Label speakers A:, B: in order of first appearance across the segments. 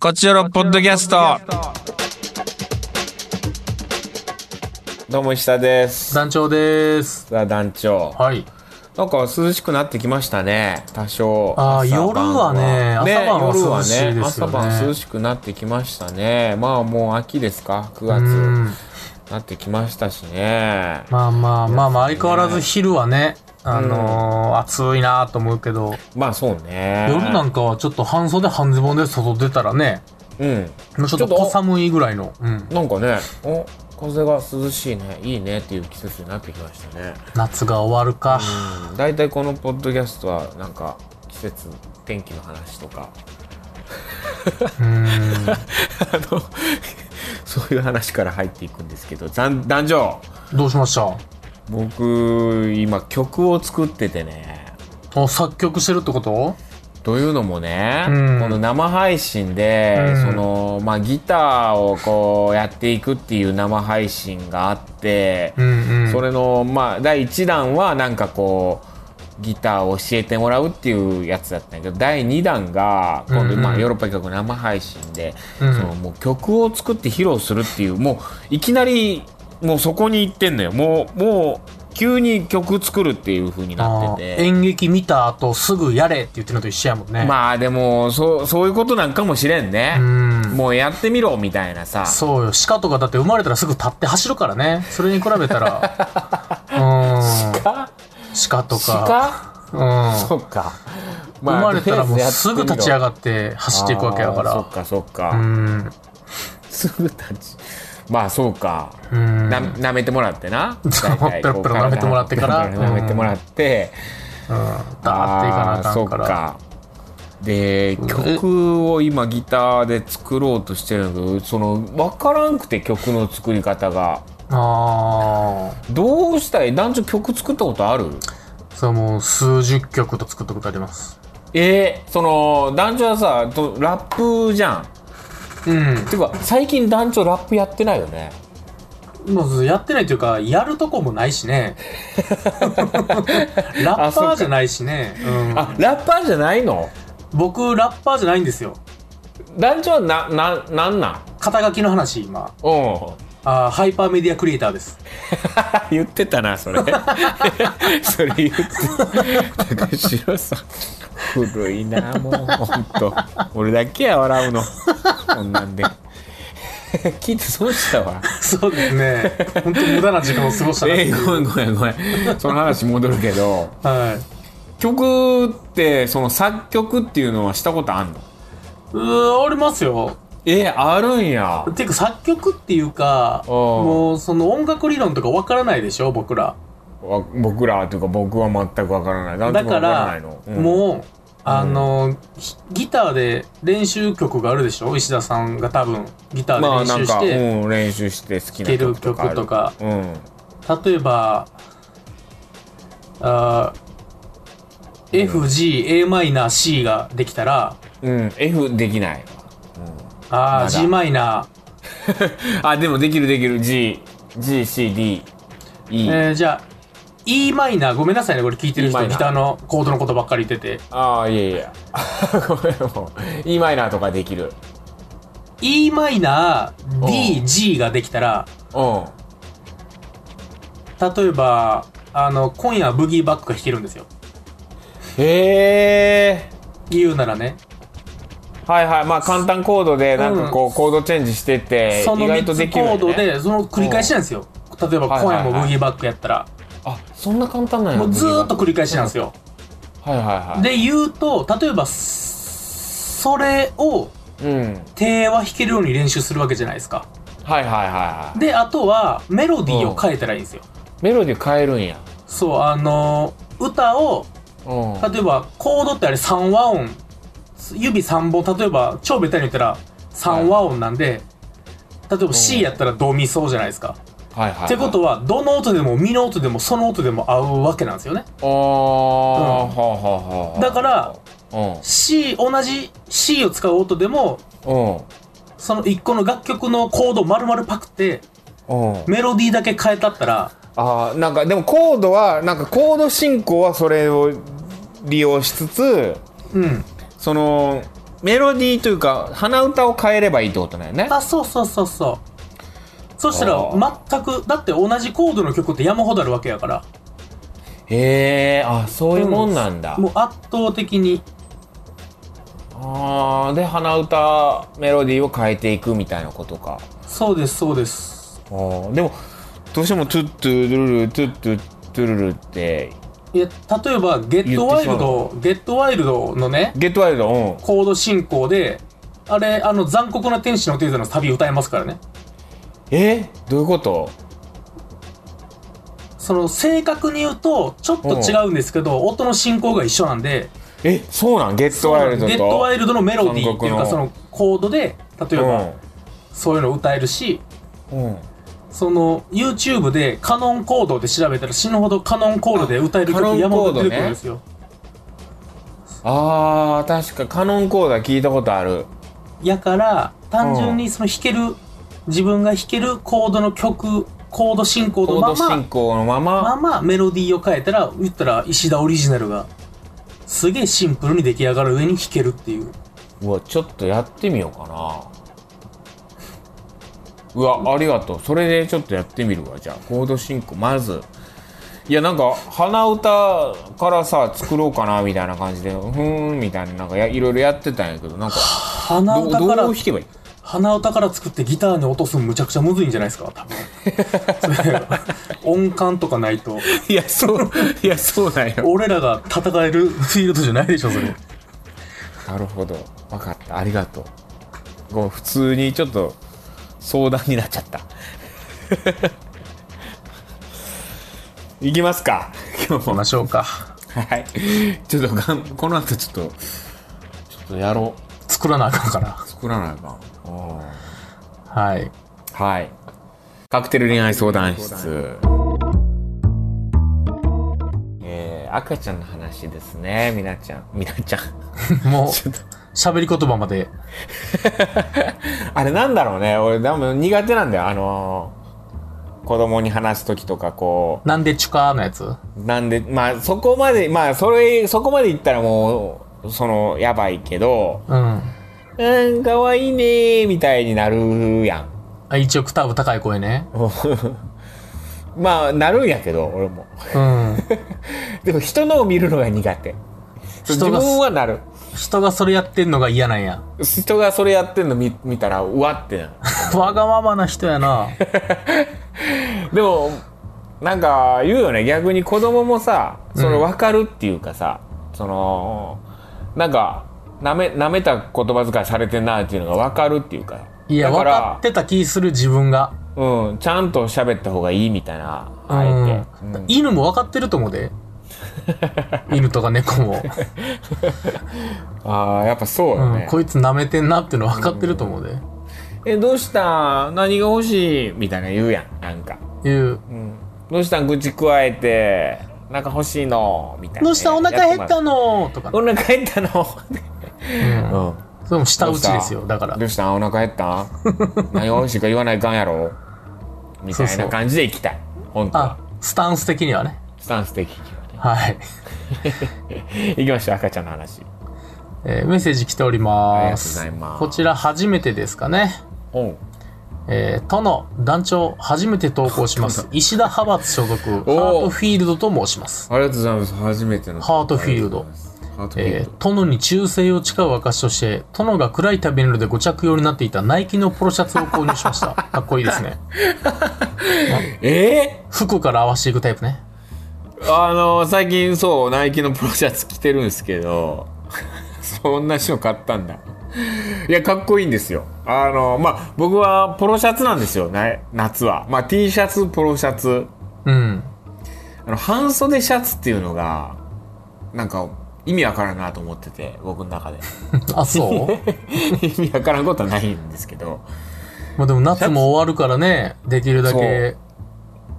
A: こちらのポッドキャスト。
B: どうも石田です。
C: 団長です。
B: さあ団長、
C: はい。
B: なんか涼しくなってきましたね。多少。
C: あー
B: 朝晩
C: 夜はね朝晩は
B: 夜は
C: 涼しいですよね
B: 朝晩涼しくなってきましたね。まあもう秋ですか。9
C: う
B: 月
C: ん。
B: なってきましたしね。
C: まあまあまあまあ、相変わらず昼はね、あのー、暑いなと思うけど、
B: まあそうね。
C: 夜なんかはちょっと半袖半ズボンで外出たらね、
B: うん。
C: もうちょっと小寒いぐらいの、うん、
B: なんかね、お風が涼しいね、いいねっていう季節になってきましたね。
C: 夏が終わるか。
B: うん。だいたいこのポッドキャストはなんか季節天気の話とか。
C: うん。
B: あの、そういう話から入っていくんですけど、残男女
C: どうしました
B: 僕、今曲を作っててね、
C: お、作曲してるってこと
B: というのもね、
C: うん
B: この生配信で、
C: うん
B: その、まあ、ギターをこうやっていくっていう生配信があって、
C: うんうん。
B: それの、まあ、第1弾はなんかこう、ギターを教えてもらうっていうやつだったんだけど、第2弾が、今度、
C: うんうん
B: まあ、ヨーロッパ企画の生配信で、
C: うん
B: そのもう曲を作って披露するっていう、もう、いきなり、もうそこに行ってんだよ。もう、もう、急に曲作るっていう風にな
C: あ
B: っ
C: ー
B: てて。
C: 演劇見た後すぐやれって言ってるのと一緒やもんね。
B: まあ、でも、そう、そういうことなんかもしれんね
C: う。ん。
B: もうやってみろ、みたいなさ。
C: そうよ。鹿とかだって生まれたらすぐ立って走るからね。それに比べたら。 うん。
B: か
C: 鹿とか。
B: か
C: うん。
B: そっか。
C: 生まれたらもうすぐ立ち上
B: が
C: がって走っていくわけやか
B: そっ
C: ら。
B: か、そっか。
C: うん。
B: すぐ立ちまあそうか、
C: うん。
B: な舐めてもらってな
C: そう
B: 大体
C: ペロペロ舐めてもらってから
B: ペロペロ舐めてもらって、
C: ダーっていかなあ
B: ー
C: か
B: そ
C: ん
B: う
C: から。
B: かで曲を今ギターで作ろうとしてるんだけどその分からんくて曲の作り方が
C: ああ。
B: どうしたい男女曲作ったことある
C: そう、もう数十曲と作ったことあります。
B: えー、その男女はさとラップじゃん
C: うん。
B: ていうか最近男女ラップやってないよね
C: もうやってないというか、やるとこもないし ね。ラッパーじゃないしね。うん
B: あラッパーじゃないの
C: 僕、ラッパーじゃないんですよ。
B: 男女はなななんなん
C: 肩書きの話、今。
B: うん
C: あーハイパーメディアクリエイターです。
B: 言ってたなそれ それ言って高城さん古いなもうほんと俺だけや笑うのこんなんで 聞いて損したわ
C: そうですね。本当無駄な時間を過ごしたなって
B: え
C: い
B: ー、
C: う。
B: ごめんごめんごめんその話戻るけど
C: はい。
B: 曲ってその作曲っていうのはしたことあんの
C: うーん、ありますよ。
B: えー、あるんや
C: ていうか作曲っていうか、
B: うん
C: もうその音楽理論とかわからないでしょ、僕ら。
B: わ僕らというか僕は全くわからない
C: だ
B: なん
C: から
B: ともわ、からないの、うん
C: もう、あの、ひギターで練習曲があるでしょ石田さんが多分、ギターで
B: まあ
C: 練
B: なん
C: 習
B: か、
C: し
B: う
C: て、
B: ん、練習して好き
C: 弾け
B: な
C: る
B: 曲とかあ
C: 曲
B: る
C: とか、
B: うん
C: 例えば、あー F、G、a マイナー C ができたら、
B: うん、F できない。
C: あ
B: まだ
C: ー G マイナー、
B: あ、でもできるできる。G、G、C、D、E。
C: えーじゃあ e マイナーごめんなさいねこれ聞いてる
B: E マ
C: 人
B: イナー
C: ギターのコードのことばっかり言ってて
B: ああ、いやい や。ごめん、もう。E マイナーとかできる。
C: e マイナー
B: う
C: DG ができたら
B: うん。
C: 例えばあの今夜はブギーバックが弾けるんですよ
B: へえ。
C: 言うならね
B: はいはい。まあ、簡単コードで、なんかこう、コードチェンジしてって、
C: その
B: 意外
C: 3
B: とで
C: つ
B: き
C: コ
B: る、ね。
C: ードでその繰り返しなんですよ例えば
B: はいはい
C: 今
B: はい
C: 夜もブギーバックやったら
B: あ、そんな簡単なんや。
C: もうずーっと繰り返しなんですよ
B: はいはいはい。
C: で言うと例えばそれを
B: うん。
C: 手は弾けるように練習するわけじゃないですか
B: はいはいはいはい。
C: であとはメロディーを変えたらいいんですよ
B: メロディー変えるんや。
C: そうあの歌を
B: うん。
C: 例えばコードってあれ3和音指3本例えば超ベタに言ったら3和音なんで、例えば C やったらドミソじゃないですか、
B: はいはい、はい。
C: ってことはどの音でもミの音でもその音でも合うわけなんですよね
B: ああ、はあはあはあ。
C: だから、
B: う
C: C 同じ C を使う音でも
B: ん。
C: その1個の楽曲のコードを丸々パクって
B: うん。うん。
C: メロディーだけ変えたったら
B: あーなんかでもコードはなんかコード進行はそれを利用しつつ
C: うん
B: そのメロディーというか鼻歌を変えればいいってことだよね
C: あそうそうそうそうそしたら
B: あー
C: 全くだって同じコードの曲って山ほどあるわけやから
B: へえあそういうもんなんだ、
C: もう圧倒的に
B: あーで鼻歌メロディーを変えていくみたいなことか
C: そうですそうです
B: あーでもどうしても「トゥットゥルルルトゥットゥトゥルル」って
C: いや例えば「ゲットワイルド」「ゲットワイルド」のね
B: ゲットワイルドうん
C: コード進行であれあの「残酷な天使のテーゼ」のサビ歌えますからね
B: えどういうこと
C: その正確に言うとちょっと違うんですけど音の進行が一緒なんで
B: えそうなんゲットワイルドと
C: ゲットワイルドのメロディーっていう
B: 韓国
C: か
B: の
C: そのコードで例えば
B: う
C: そういうの歌えるし
B: ん、うん、
C: その YouTube でカノンコードで調べたら死ぬほどカノンコードで歌える
B: あカノ
C: 曲
B: ン
C: 山ほど
B: コー
C: 出てく
B: ド
C: る
B: ね
C: んですよ、
B: あー確かカノンコーダー聞いたことある
C: やから単純にその弾ける、自分が弾けるコードの曲コード進行
B: コ
C: の
B: ー
C: ま
B: ド進
C: ま
B: 行のまま
C: まあまあメロディーを変えたら言ったら石田オリジナルがすげえシンプルに出来上がる上に弾けるっていう
B: うわちょっとやってみようかなうわありがとうそれでちょっとやってみるわじゃあコード進行まずいやなんか鼻歌からさ作ろうかなみたいな感じでふーんみたいななんかやいろいろやってたんやけどなんか
C: 鼻
B: どう
C: 歌
B: どう
C: から
B: 弾けばいい
C: 鼻歌から作ってギターに落とすのむちゃくちゃむずいんじゃないですか多 分それ音感とかないと
B: いやそういやそうなんよ
C: 俺らが戦えるフィールドじゃないでしょそれ
B: なるほど分かったありがとうごめん普通にちょっと相談になっちゃった いきますか今日も
C: 行きましょうか
B: はい。ちょっとがん、この後ちょっと、ちょっとやろ
C: 作らなあかんか
B: う。作らないかん。
C: らはい
B: はい。カクテル恋愛相談室。えー、赤ちゃんの話ですね、みなちゃん。みなちゃん。
C: もう
B: ちょっと
C: 喋り言葉まで
B: あれなんだろうね。俺、多分苦手なんだよ。あのー子供に話す時とか、こ
C: なんでチュカーのやつ
B: う。なんで、まあ、そこまで、まあ、それ、そこまでいったらもう、その、やばいけど、
C: うん
B: うん、かわいいねー、みたいになるやん。
C: あ1オクターブ高い声ね
B: まあなるんやけど俺も
C: うん
B: でも人のを見るのが苦手自
C: 人が
B: 分はなる
C: 人がそれやってんのが嫌なんや
B: 人がそれやってんの見見たらうわってな
C: わがままな人やな
B: るでもなんか言うよね逆に子供もさそれ分かるっていうかさ、そのなんかなめなめた言葉遣いされてんなっていうのが分かるっていうか
C: いや
B: だか
C: 分
B: ら
C: かってた気する自分が
B: うん、ちゃんと喋った方がいいみたいな
C: う
B: あ
C: ん
B: えて、うん
C: 犬も分かってると思 うで犬とか猫も、
B: ああやっぱそうよ
C: う
B: ね
C: ん、、こいつ舐めてんなっての分かってると思うで
B: えどうした何が欲しいみたいな言うやんなんか
C: いう
B: うんどうしたん愚痴加えてなんか欲しいのみたいな
C: どうしたお腹減った
B: の
C: のとか、
B: お腹減ったの
C: うん、
B: うん
C: それも舌打ちですよだから
B: どうしたんお腹減った 何が欲しいか言わないかんやろみた
C: そう
B: い
C: そ
B: な
C: う
B: 感じで行きたい本当
C: あ
B: は
C: スタンス的にはね
B: スタンス的に
C: はい、
B: 行きましょう赤ちゃんの話
C: えーメッセージ来ております
B: ありがとうございます
C: こちら初めてですかね
B: おう
C: えー、殿団長初めて投稿し ます石田派閥所属ハートフィールドと申します
B: ありがとうございます初めての
C: ハートフィールド
B: ハートフィー
C: え
B: ル
C: ー、殿に忠誠を誓う証として殿が暗い旅などでご着用になっていたナイキのポロシャツを購入しました かっこいいですね
B: え
C: 服から合わせていくタイプね
B: ーあの最近そうナイキのプロシャツ着てるんですけど そんなの買ったんだいやかっこいいんですよあのまあ僕はポロシャツなんですよね夏はまあ T シャツポロシャツ
C: うん
B: あの半袖シャツっていうのがなんか意味わからんなと思ってて僕の中で
C: あそう
B: 意味わからんことはないんですけど
C: まあでも夏も終わるからねできるだけ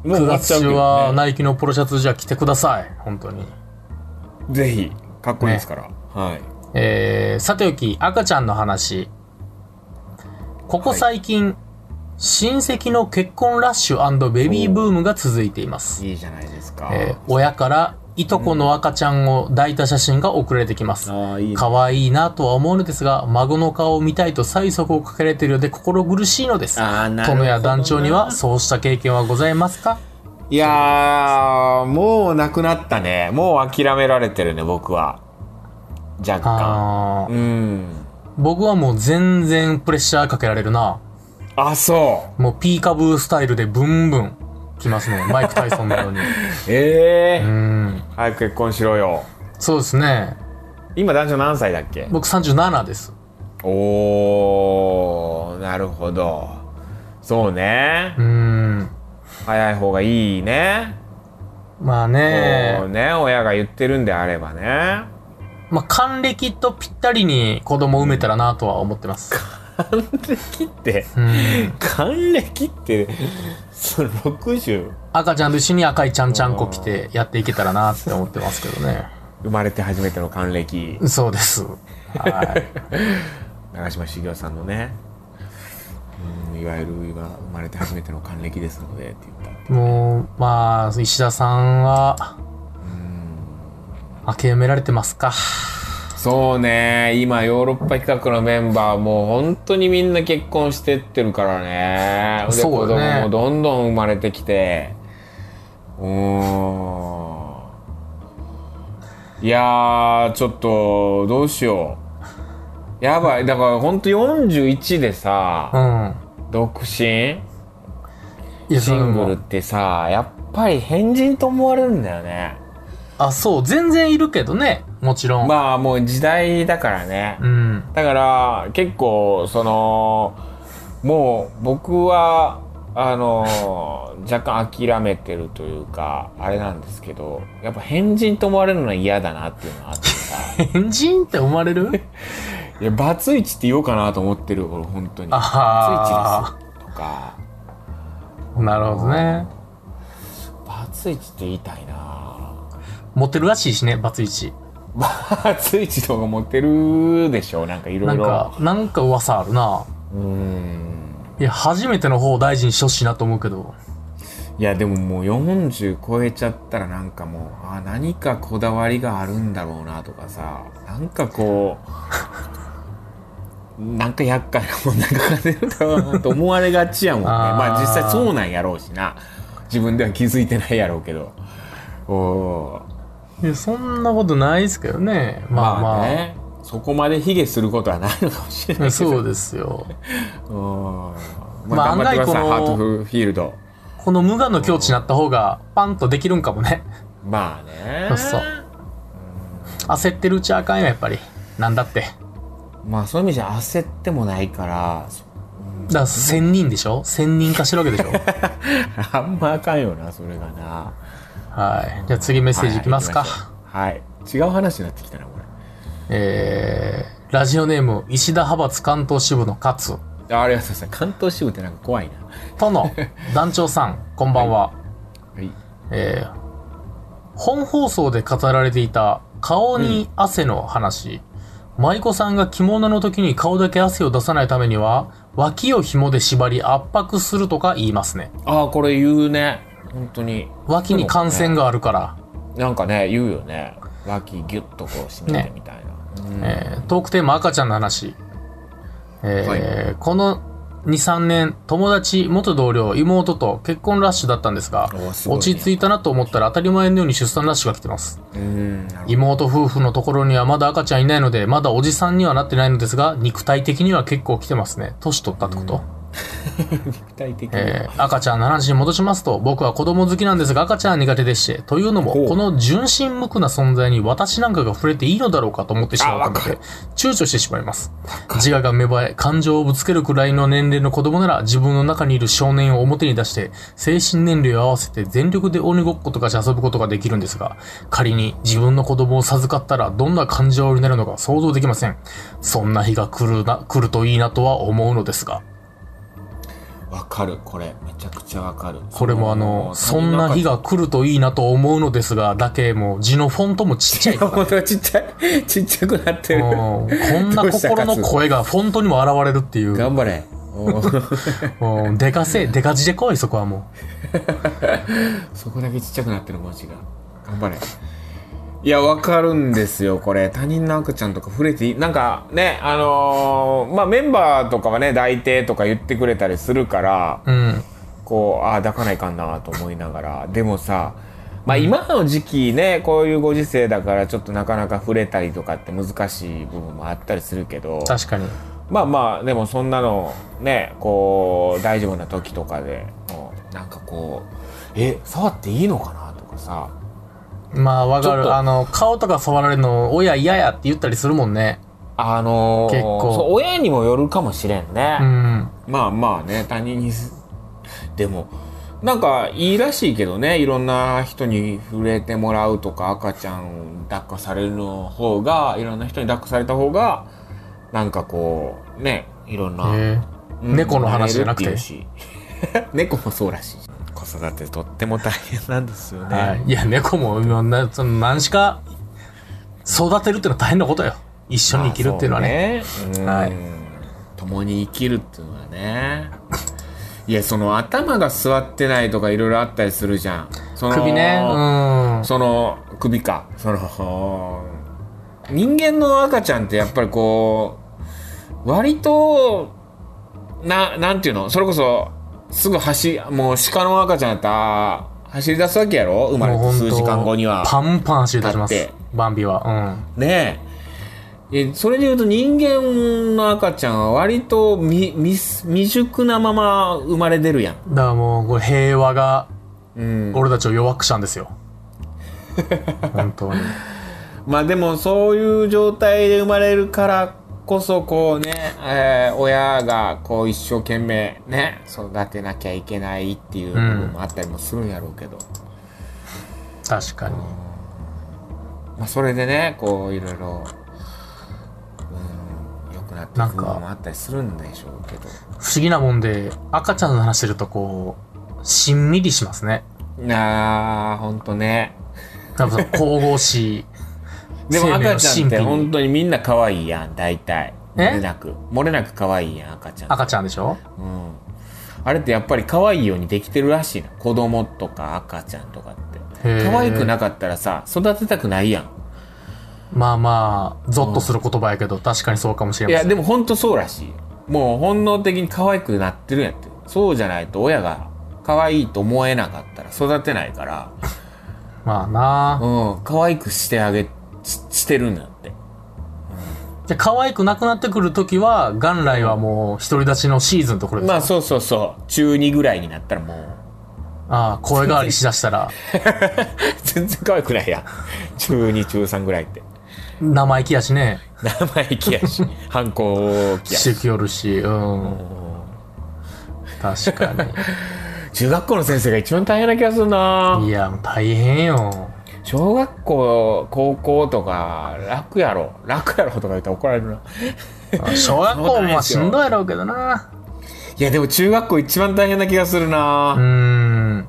B: も
C: 9月中は
B: ね
C: ナイキのポロシャツじゃ着てください本当に
B: ぜひかっこいいですから、はい
C: えー、さておき赤ちゃんの話ここ最近、親戚の結婚ラッシュベビーブームが続いています、
B: いいじゃないですか、
C: えー親からいとこの赤ちゃんを抱いた写真が送られてきます。
B: ああいいね
C: 可愛いなとは思うのですが、孫の顔を見たいと催促をかけられているようで心苦しいのです。
B: あーなるほど
C: 殿
B: な
C: や団長にはそうした経験はございますか
B: いやーもうなくなったねもう諦められてるね僕は若干
C: あー
B: うん
C: 僕はもう全然プレッシャーかけられるな。
B: あそ
C: もうピーカブースタイルでブンブン来ますね。マイク・タイソンのように。
B: うええ
C: う
B: ー
C: ん。
B: 早く結婚しろよ
C: そうですね。
B: 今男女何歳だっけ
C: 僕37です。
B: おーなるほどそうね
C: うん。
B: 早い方がいいね
C: まあね
B: もう。ね親が言ってるんであればね
C: まあ、還暦とぴったりに子供を産めたらなとは思ってます。
B: 還暦って
C: うん。
B: 還暦ってその60
C: 赤ちゃんと一緒に赤いちゃんちゃんこ着てやっていけたらなって思ってますけどね。
B: 生まれて初めての還暦
C: そうです。はい。
B: 長嶋茂雄さんのねうんいわゆる今生まれて初めての還暦ですのでって言った
C: もう、まあ、石田さんは、明け埋められてますか。
B: そうね今ヨーロッパ企画のメンバーもう本当にみんな結婚してってるからねで
C: そうよね
B: 子供もどんどん生まれてきてうーんいやーちょっとどうしようやばいだからほんと41で
C: う
B: さ
C: ん。
B: 独身
C: いや、
B: シ
C: それ
B: ングル
C: も
B: っ。てさやっぱり変人と思われるんだよね
C: あ、そう。全然いるけどね。もちろん。
B: まあもう時代だからね
C: うん。
B: だから結構そのもう僕はあの若干諦めてるというかあれなんですけどやっぱ変人と思われるのは嫌だなっていうのはあってさ
C: 変人って思われ る
B: いやバツイチって言おうかなと思ってる俺本当にバ
C: あ
B: ツイチですとか
C: あ。なるほどね。
B: バツイチって言いたいな
C: モテるらしいしね、バツイチ。
B: バツイチとかモテるでしょなんかいろ
C: ないん
B: ろ
C: か、なんか噂あるな。
B: うーん
C: いや、初めての方を大事にしてほしいなと思うけど。
B: いやでももう40超えちゃったらなんかもうあ何かこだわりがあるんだろうなとかさなんかこう なんか厄介なもんなんか出るだろうなと思われがちやもんね
C: あー
B: まあ実際そうなんやろうしな自分では気づいてないやろうけどおー
C: いや、そんなことないですけどね。まあまあ。
B: ねそこまで卑下することはないのかもしれないけど
C: そうですよ。
B: おー
C: ま
B: ま
C: あ
B: あ頑張ってください、
C: 案外この
B: ハートフルフィールド
C: この無我の境地になった方が、パンとできるんかもね。
B: まあね
C: そうそう焦ってるうちはあかんよ、やっぱり。なんだって。だか
B: まあそういう意味じゃ焦ってもないからそ
C: ら、千人でしょ千人化してるわけで しょ
B: あんまあかんよなそれがな
C: はい。じゃあ次メッセージいきますか。
B: はい、はい行きましょうはい違う話になってきたなこ
C: えー、ラジオネーム、石田派閥関東支部の勝。
B: れあありがとうございます関東支部ってなんか怖いな
C: 殿、団長さん、こんばんは。
B: はい
C: えー本放送で語られていた顔に汗の話。舞妓さんが着物の時に顔だけ汗を出さないためには、脇を紐で縛り圧迫するとか言いますね。
B: ああこれ言うね本当に
C: 脇に感染があるから。
B: なんかね言うよね脇ギュッとこう締めてみたいな、うん
C: えートークテーマ赤ちゃんの話。えー
B: は
C: この2、3年、友達、元同僚、妹と結婚ラッシュだったんですが、
B: おーすごいね
C: 落ち着いたなと思ったら当たり前のように出産ラッシュが来てます。
B: うんなるほ
C: 妹夫婦のところにはまだ赤ちゃんいないので、まだおじさんにはなってないのですが、肉体的には結構来てますね。年取ったってこと、
B: ど肉体的に、
C: えー赤ちゃんの話に戻しますと、僕は子供好きなんですが赤ちゃんは苦手でして、というのも
B: ほ、う
C: この純真無垢な存在に私なんかが触れていいのだろうかと思ってしまうた
B: あわ
C: の
B: か
C: で
B: る、
C: 躊躇してしまいます。自我が芽生え、感情をぶつけるくらいの年齢の子供なら、自分の中にいる少年を表に出して、精神年齢を合わせて全力で鬼ごっことかして遊ぶことができるんですが、仮に自分の子供を授かったらどんな感情になるのか想像できません。そんな日が来るな、来るといいなとは思うのですが。
B: わかるこれめちゃくちゃわかる
C: これもあの、そんな日
B: が
C: が来るといいなと思うのですが、だけもう字のフォントもちっちゃい。うん
B: 本当はちっちゃいちっちゃくなってる
C: こんな
B: どうした
C: 心の声がフォントにも現れるっていう。
B: 頑張れおー
C: うんでかせ、でかじで来い、そこはも
B: そこだけちっちゃくなってる文字が頑張れ
C: う。
B: いや、わかるんですよ、これ。他人の赤ちゃんとか触れていいなんかね、あのーまあ、メンバーとかはね、抱いてとか言ってくれたりするから、
C: うん。
B: こう、ああ、抱かないかんなと思いながら。でもさ、まあ、今の時期ね、こういうご時世だから、ちょっとなかなか触れたりとかって難しい部分もあったりするけど、
C: 確かに。
B: まあまあ、でもそんなの、ね、こう、大丈夫な時とかで、もうなんかこう、え、触っていいのかなとかさ、
C: まあ、わか
B: ちょっ
C: る。
B: と
C: あの、顔とか触られるの、親嫌やって言ったりするもんね。
B: あのー、
C: 結構
B: そう親にもよるかもしれんね
C: う、ん。
B: まあまあね他人にすでもなんかいいらしいけどねいろんな人に触れてもらうとか赤ちゃん抱っこされるの方がいろんな人に抱っこされた方がなんかこうねいろんな、
C: へえ
B: うん
C: 猫の話じゃなくて
B: 慣れるっていうし 猫もそうらしい子育てとっても大変なんですよね、
C: はい。いや、猫も、もうなその何しか、育てるってのは大変なことよ。一緒に生きるっていうのはね。
B: あそうねうん
C: はい
B: 共に生きるっていうのは ね。いや、その頭が座ってないとかいろいろあったりするじゃん。その
C: 首ね。う
B: その、首か。その、人間の赤ちゃんってやっぱりこう、割と、な、なんていうのそれこそ、すぐ走、もう鹿の赤ちゃんやったら、走り出すわけやろ生
C: ん。
B: まれ
C: もう
B: て
C: ほん
B: 数
C: と
B: 時間後には。
C: パンパン走り出しま
B: だっ
C: す
B: て。
C: バンビは。
B: ねええそれでいうと人間の赤ちゃんは割とみ未未熟なまま生まれ出るやん、
C: うん。だからもう、これ平和が、
B: うん、
C: 俺たちを弱くしたんです よ。本当に。
B: まあでもそういう状態で生まれるからこそこうね、えー親がこう一生懸命ね育てなきゃいけないっていう部分もあったりもするんやろうけど、
C: 確かに。
B: まあ、それでねこういろいろうん良くなっていく部分もあったりするんでしょうけど。
C: 不思議なもんで、赤ちゃんの話してるとこう、しんみりしますね。
B: なあ、ほんとね。
C: 多分その神々しい。
B: でも赤ちゃんって本
C: に。
B: 当にみんな可愛いやん、大体。
C: え
B: 漏れなく。漏れなく可愛いやん、赤ちゃん。
C: 赤ちゃんでしょ
B: うん。あれってやっぱり可愛いようにできてるらしいな。子供とか赤ちゃんとかって。
C: へー
B: 可愛くなかったらさ、育てたくないやん。
C: まあまあ、ゾッとする言葉やけど、確かにそうかもしれ
B: い
C: ま
B: や、
C: せん。
B: でもほんとそうらしいよ。もう本能的に可愛くなってるんやって。そうじゃないと親が可愛いと思えなかったら育てないから、
C: まあな
B: うん、可愛くしてあげ、ししてるんだって。
C: あ。で、可愛くなくなってくるときは、元来はもう、独り立ちのシーズンとこれです。
B: まあそうそうそう。中2ぐらいになったらもう、
C: ああ、声変わりしだしたら、
B: 全然可愛くないやん中2中3ぐらいって
C: 生意気やしね、
B: 生意気やし 反抗期やし
C: してきよるし、うん。確か
B: 中学校の先生が一番大変な気がするな
C: に。いや、もう大変よ。
B: 小学校高校とか楽やろ楽やろとか言ったら怒られるな
C: 小学校もしんどいやろうけどな。
B: いやでも中学校一番大変な気がする
C: うー。
B: なん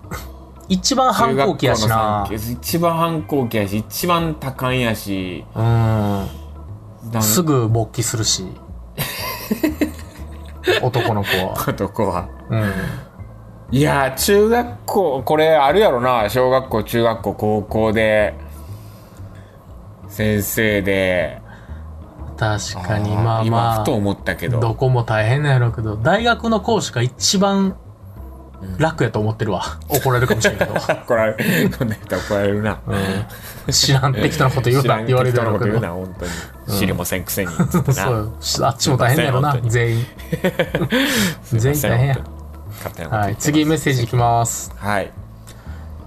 C: 一番反抗期やしな。
B: 中学
C: う
B: 校の三一番反抗期やし一番多感やし
C: ん。
B: なん
C: すぐ勃起す るし。男の子は。
B: 男は
C: うん。
B: いやー中学校これあるやろな小学校中学校高校で先生で
C: 確かに、
B: ー
C: まあ
B: 今
C: ま
B: ふと
C: あ、
B: 思ったけど
C: どこも大変なんやろうけど、大学の講師が一番楽やと思ってるわ。怒られるかもしれんけど。
B: 怒られるこんな人怒られるな、
C: うん。知らんてきたこと言う
B: 知ら
C: なって
B: ん
C: 言われる
B: 適
C: や
B: 当なこ
C: ろう
B: と
C: け
B: 言う
C: ど。
B: な本当に知りませんくせにつってな
C: そう。あっちも大変だろうな
B: すいません本当、に
C: 全員。
B: すいません
C: 全員大変や
B: 本当に勝手なこと言ってます
C: はい、次メッセージいきます。
B: はい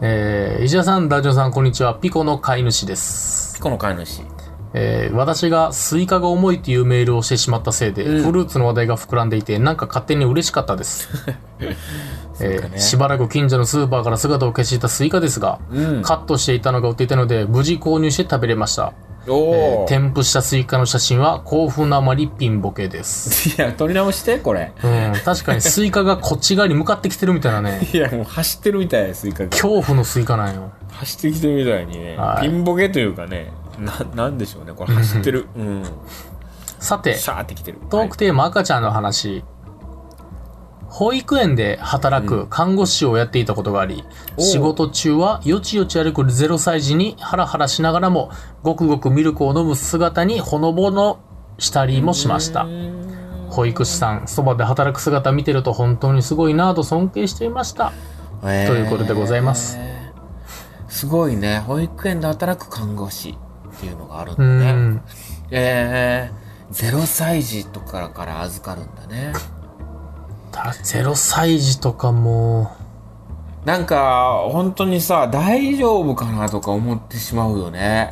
C: えー、石田さん、ダジョさん、こんにちは。ピコの飼い主です。
B: ピコの飼い主
C: えー、私がスイカが重いというメールをしてしまったせいで、フルーツの話題が膨らんでいて、なんか勝手に嬉しかった です。えーしばらく近所のスーパーから姿を消していたスイカですが、
B: うん
C: カットしていたのが売っていたので、無事購入して食べれました。
B: お
C: えー
B: お、
C: 添付したスイカの写真は興奮のあまりピンボケです。
B: いや撮り直してこれ
C: うん、確かにスイカがこっち側に向かってきてるみたいなね、
B: いやもう走ってるみたいですイカが
C: 恐怖のスイカなんよ。
B: 走ってきてるみたいにね、
C: はい
B: ピンボケというかねななんでしょうねこれ走ってるうん
C: さて、
B: シャーってきてる
C: トークテーマ赤ちゃんの話。保育園で働く看護師をやっていたことがあり、
B: おう
C: 仕事中はよちよち歩く0歳児にハラハラしながらも、ごくごくミルクを飲む姿にほのぼのしたりもしました。保育士さん、そばで働く姿見てると本当にすごいなぁと尊敬していました。
B: えー
C: ということでございます
B: すごいね保育園で働く看護師っていうのがあるん
C: う
B: だね
C: ん。
B: えー、0歳児とかから預かるんだね
C: ただ、0歳児とかも、
B: なんか本当にさ大丈夫かなとか思ってしまうよね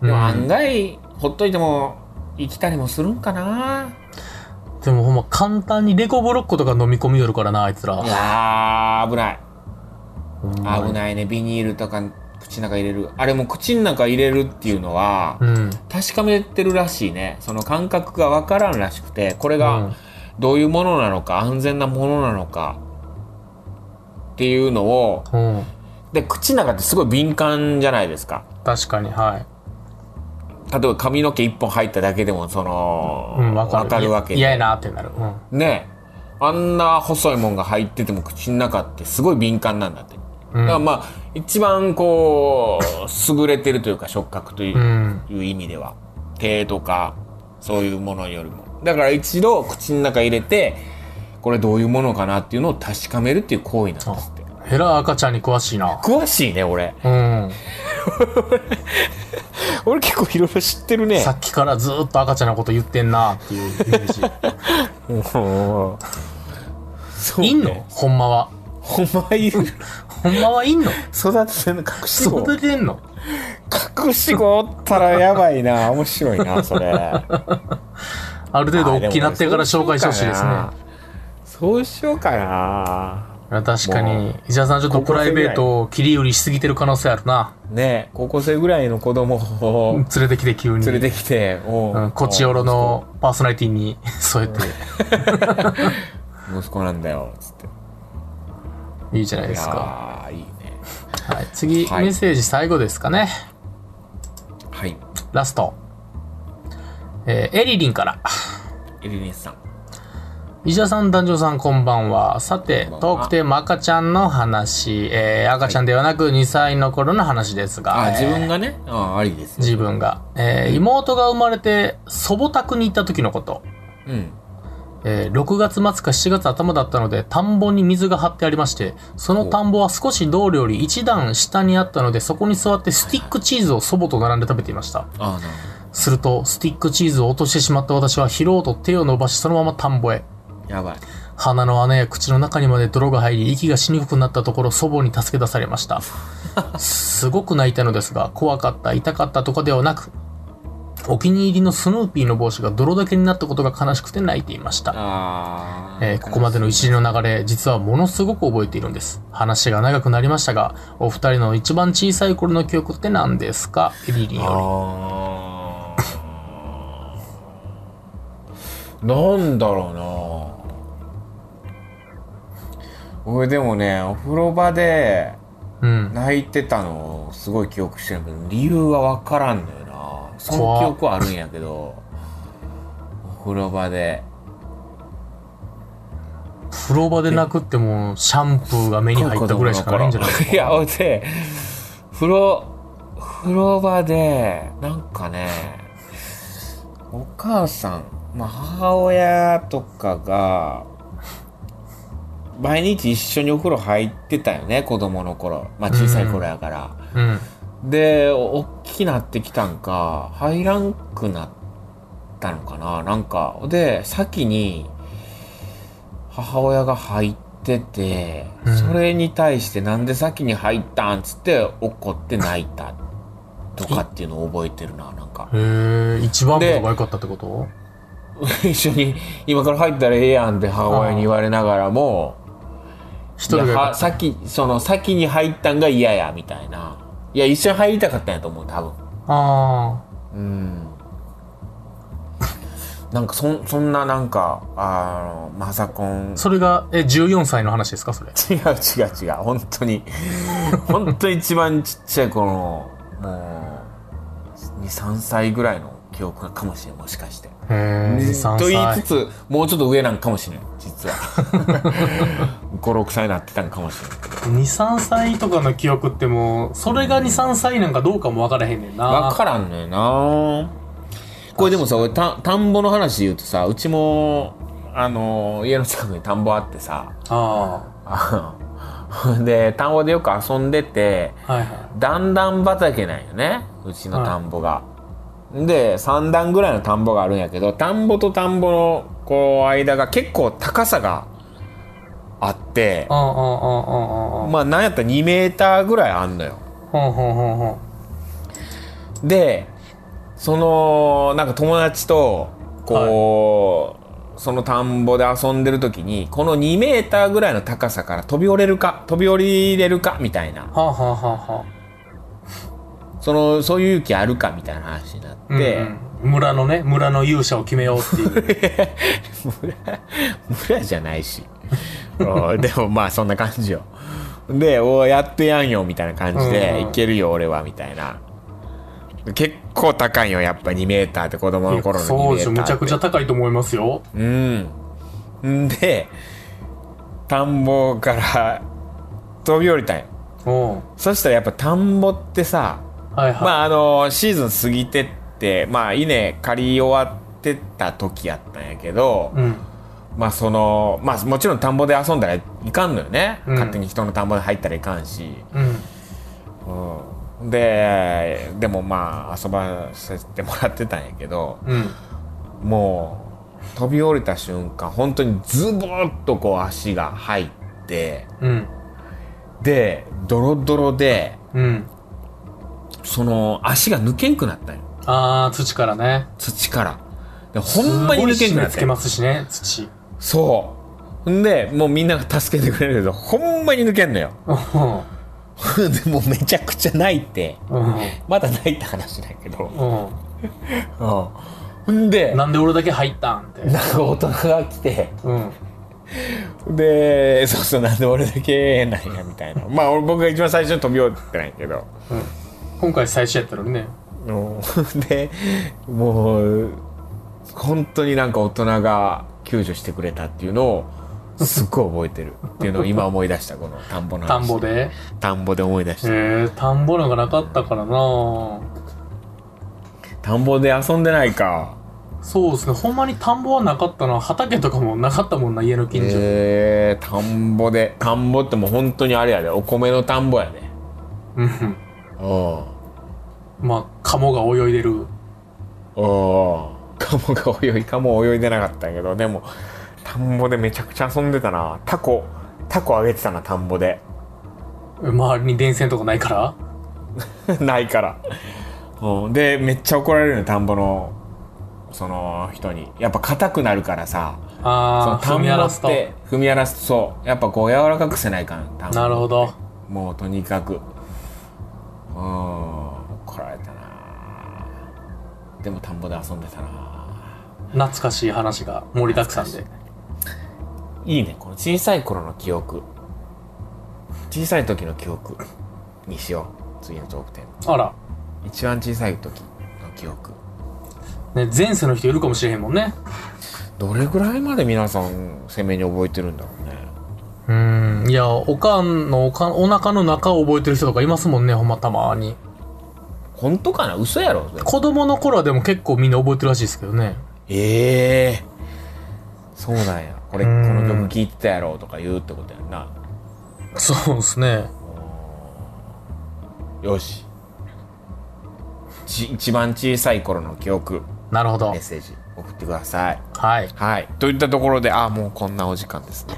B: でも
C: うん
B: 案外、ほっといても生きたりもするんかな
C: でもほんま簡単にレコブロッコとか飲み込みよるからな、あいつら。
B: いやー危ない
C: ほんまに
B: 危ないねビニールとか口の中入れるあれも口の中入れるっていうのは
C: うん。
B: 確かめてるらしいねその感覚が分からんらしくてこれ
C: う
B: が
C: ん
B: どういうものなのか安全なものなのかっていうのを
C: うん。
B: で口の中ってすごい敏感じゃないですか
C: 確かに、はい。
B: 例えば髪の毛一本入っただけでもその、
C: うん、わかる。
B: わけで
C: いや嫌やなってなる。うん。
B: ねえあんな細いもんが入ってても口の中ってすごい敏感なんだって、
C: う
B: だから
C: ん。
B: まあ一番こう優れてるというか触覚というう,、
C: ん。
B: 意味では手とかそういうものよりもだから一度口の中入れてこれどういうものかなっていうのを確かめるっていう行為なんですって
C: ヘラ赤ちゃんに詳しいな。
B: 詳しいね俺
C: うん。
B: 俺結構いろいろ知ってるね
C: さっきからずーっと赤ちゃんのこと言ってんなっていうイメージ。
B: そうね
C: いんのほんまは。
B: ほんまいる
C: ほんまはいんの
B: 育ててんの隠し子
C: 育ててんの
B: 隠し子おったらやばいな面白いなそれ
C: ある程度大きなってから紹介してほしいですね。
B: そうしようかない
C: や確か
B: も
C: に。石田さんちょっとプライベートを切り売りしすぎてる可能性あるな。
B: ねえ高校生ぐらいの子供を
C: 連れてきて急に。
B: 連れてきて、おう
C: うん、こっちよろのパーソナリティに 添えて、
B: 息子なんだよつって
C: いいじゃない
B: い
C: ですか。
B: やーいいね
C: はい、次、
B: はい
C: メッセージ最後ですかね。
B: はい
C: ラスト。えーエリリンから。
B: エリリンさん
C: 石田さん、団長さん、こんばんは。さて
B: こん、ばんは
C: トークテーマ赤ちゃんの話、えー赤ちゃんではなく2歳の頃の話ですが、
B: あ
C: えー
B: 自分がねあありですよ
C: 自分が、えー妹が生まれて祖母宅に行った時のこと、
B: うん
C: えー6月末か7月頭だったので田んぼに水が張ってありましてその田んぼは少し道路より1段下にあったのでそこに座ってスティックチーズを祖母と並んで食べていました
B: ああなる
C: するとスティックチーズを落としてしまった私は拾おうと手を伸ばしそのまま田んぼへ
B: ほどやばい
C: 鼻の穴や口の中にまで泥が入り息がしにくくなったところ祖母に助け出されましたすごく泣いたのですが怖かった痛かったとかではなくお気に入りのスヌーピーの帽子が泥だけになったことが悲しくて泣いていました、
B: あー
C: えーここまでの一連の流れ実はものすごく覚えているんです話が長くなりましたがお二人の一番小さい頃の記憶って何ですかエリリンよ
B: あーなんだろうな俺でもねお風呂場で
C: りうん
B: 泣いてたのをすごい記憶してるけど理由は分からんのよなその記憶はあるんやけどお風呂場で
C: 風呂場で泣くってもうシャンプーが目に入ったぐらいしかないんじゃないですか
B: いや俺で風呂風呂場でなんかねお母さん、まあ、母親とかが毎日一緒にお風呂入ってたよね子供の頃まあ小さい頃やから。
C: うん
B: でお大きくなってきたんか入らんくなったのかななんかで先に母親が入ってて、
C: うん
B: それに対してなんで先に入ったんつって怒って泣いたとかっていうのを覚えてるななんか
C: へえ、一番ことが良かったってこと
B: 一緒に今から入ったらええやんって母親に言われながらも
C: 一
B: い
C: 人が
B: や
C: 良か
B: は
C: った。
B: 先その先に入ったんが嫌やみたいないや一緒に入りたかったんやと思う多分
C: あ
B: うんなんかそん そんななんかあのマザコン
C: あ。それが、え、14歳の話ですかそれ。
B: 違う違う違う本当に 本当に一番ちっちゃい頃のもう23歳ぐらいの記憶かもしれんもしかして。
C: へえ、3
B: と言いつ
C: 歳。
B: つもうちょっと上なんかもしれん実は 56歳になってたんかもしれんけど
C: 2、3歳とかの記憶ってもう、それが2、3歳なんかどうかもわからへんねんな。
B: 分からんのよなこれでもさ俺た田んぼの話で言うとさうちもあの家の近くに田んぼあってさ
C: あ
B: あの で田んぼでよく遊んでて
C: あ。はいは
B: 段々畑なんよねうちの田んぼが、で3段ぐらいの田んぼがあるんやけど田んぼと田んぼのこう間が結構高さがあって
C: い。うんうんうんうんうんうん。
B: まあなんやったら2メーターぐらいあんのよ
C: ほんほんほんほん。
B: でそのなんか友達とこう、その田んぼで遊んでる時にこの2メーターぐらいの高さから飛び降りれるか飛び降りれるかみたいな
C: はあはあはあはあ。
B: そのそういう勇気あるかみたいな話になって、
C: うんうん、村のね、村の勇者を決めようっていう。
B: 村村じゃないし うんでもまあそんな感じよで「おーやってやんよ」みたいな感じで「
C: うん
B: いけるよ俺は」みたいな結構高いよやっぱ2メーターって子供の頃の
C: そ
B: 2
C: う
B: メ
C: で
B: ー
C: し
B: ター
C: ょ、
B: って
C: めちゃくちゃ高いと思いますよ。
B: うんんで田んぼから飛び降りたんよ
C: うん。
B: そしたらやっぱ田んぼってさ
C: はいは い。
B: まああのシーズン過ぎてってまあ稲刈り終わってた時やったんやけど、
C: うん。
B: まあそのまあもちろん田んぼで遊んだらいかんのよね、
C: うん
B: 勝手に人の田んぼに入ったらいかんし、
C: うん。
B: うん、ででもまあ遊ばせてもらってたんやけど
C: うん。
B: もう飛び降りた瞬間本当にズボッとこう足が入って
C: うん。
B: でドロドロで
C: うん。
B: その足が抜けんくなったんよ
C: ああ、土からね。
B: 土からでほんまに抜けんくなっ
C: つ
B: たん
C: け
B: よ
C: ますしね、土。
B: そうほんでもうみんなが助けてくれるけどほんまに抜けんのよ
C: う ん。
B: でもうめちゃくちゃ泣いて
C: うん。
B: まだ泣いた話だけど。
C: う
B: ほんで、
C: ん。
B: な
C: なんで俺だけ入ったんって。
B: んか大人が来て、
C: うん。
B: で、そうそう、なんで俺だけなんや、みたいな。まあ、俺僕が一番最初に飛び降りてないけど。
C: 今回最初やったのにね。
B: うんで、もう、本当になんか大人が救助してくれたっていうのを、すっごい覚えてるっていうのを今思い出した、この田んぼの
C: 田
B: 話。
C: んぼ。で。
B: 田んぼで思い出し
C: へ
B: た。
C: え、田んぼなんかなかったからな
B: 田んぼで遊んでないか。
C: そうですね、ほんまに田んぼはなかったな。畑とかもなかったもんな、家の近所。
B: えー、田んぼで、田んぼってもう本当にあれやで、お米の田んぼやで。
C: うん。
B: うん。
C: まあ、カモが泳いでる。
B: おーカモが泳いカモ泳いでなかったんやけどでも田んぼでめちゃくちゃ遊んでたなタコタコあげてたな田んぼで
C: 周りに電線とかないから
B: ないから、うん、でめっちゃ怒られるの田んぼのその人にやっぱ硬くなるからさその
C: ああ、
B: 田
C: 踏
B: ん
C: み
B: ぼ
C: 荒ら
B: っ
C: すと。
B: て踏み荒らすとそうやっぱこう柔らかくせないかん田んぼ
C: なるほど。
B: もうとにかくうん怒られたなでも田んぼで遊んでたな
C: 懐かしい話が盛りだくさんで。
B: いいね、この小さい頃の記憶。小さい時の記憶にしよう。次のトークテーマ。
C: あら、
B: 一番小さい時の記憶。
C: ね、前世の人いるかもしれへんもんね。
B: どれぐらいまで皆さん鮮明に覚えてるんだろうね。
C: うん。いや、おかんのおかん、お腹の中を覚えてる人とかいますもんね、ほんまたまに。
B: 本当かな嘘やろそれ
C: 子供の頃はでも結構みんな覚えてるらしいですけどね。
B: ええそうなんや。これ、こ
C: うん
B: の曲聴いてたやろとか言うってことやんな。
C: そうですね。
B: よし。ち、一番小さい頃の記憶、
C: なるほど
B: メッ。セージ送ってください。
C: はい。
B: はい。といったところで、あ、もうこんなお時間ですね。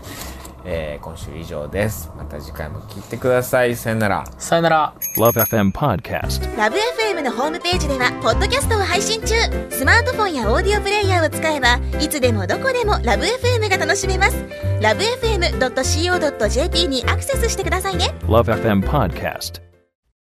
B: えー今週以上です。また次回も聞いてください。さよなら。
C: さよなら。
A: Love FM Podcast.
D: ラブ f m のホームページではポッドキャストを配信中スマートフォンやオーディオプレイヤーを使えばいつでもどこでもラブ f m が楽しめますラブ FM.co.jp にアクセスしてくださいね
A: Love FM Podcast.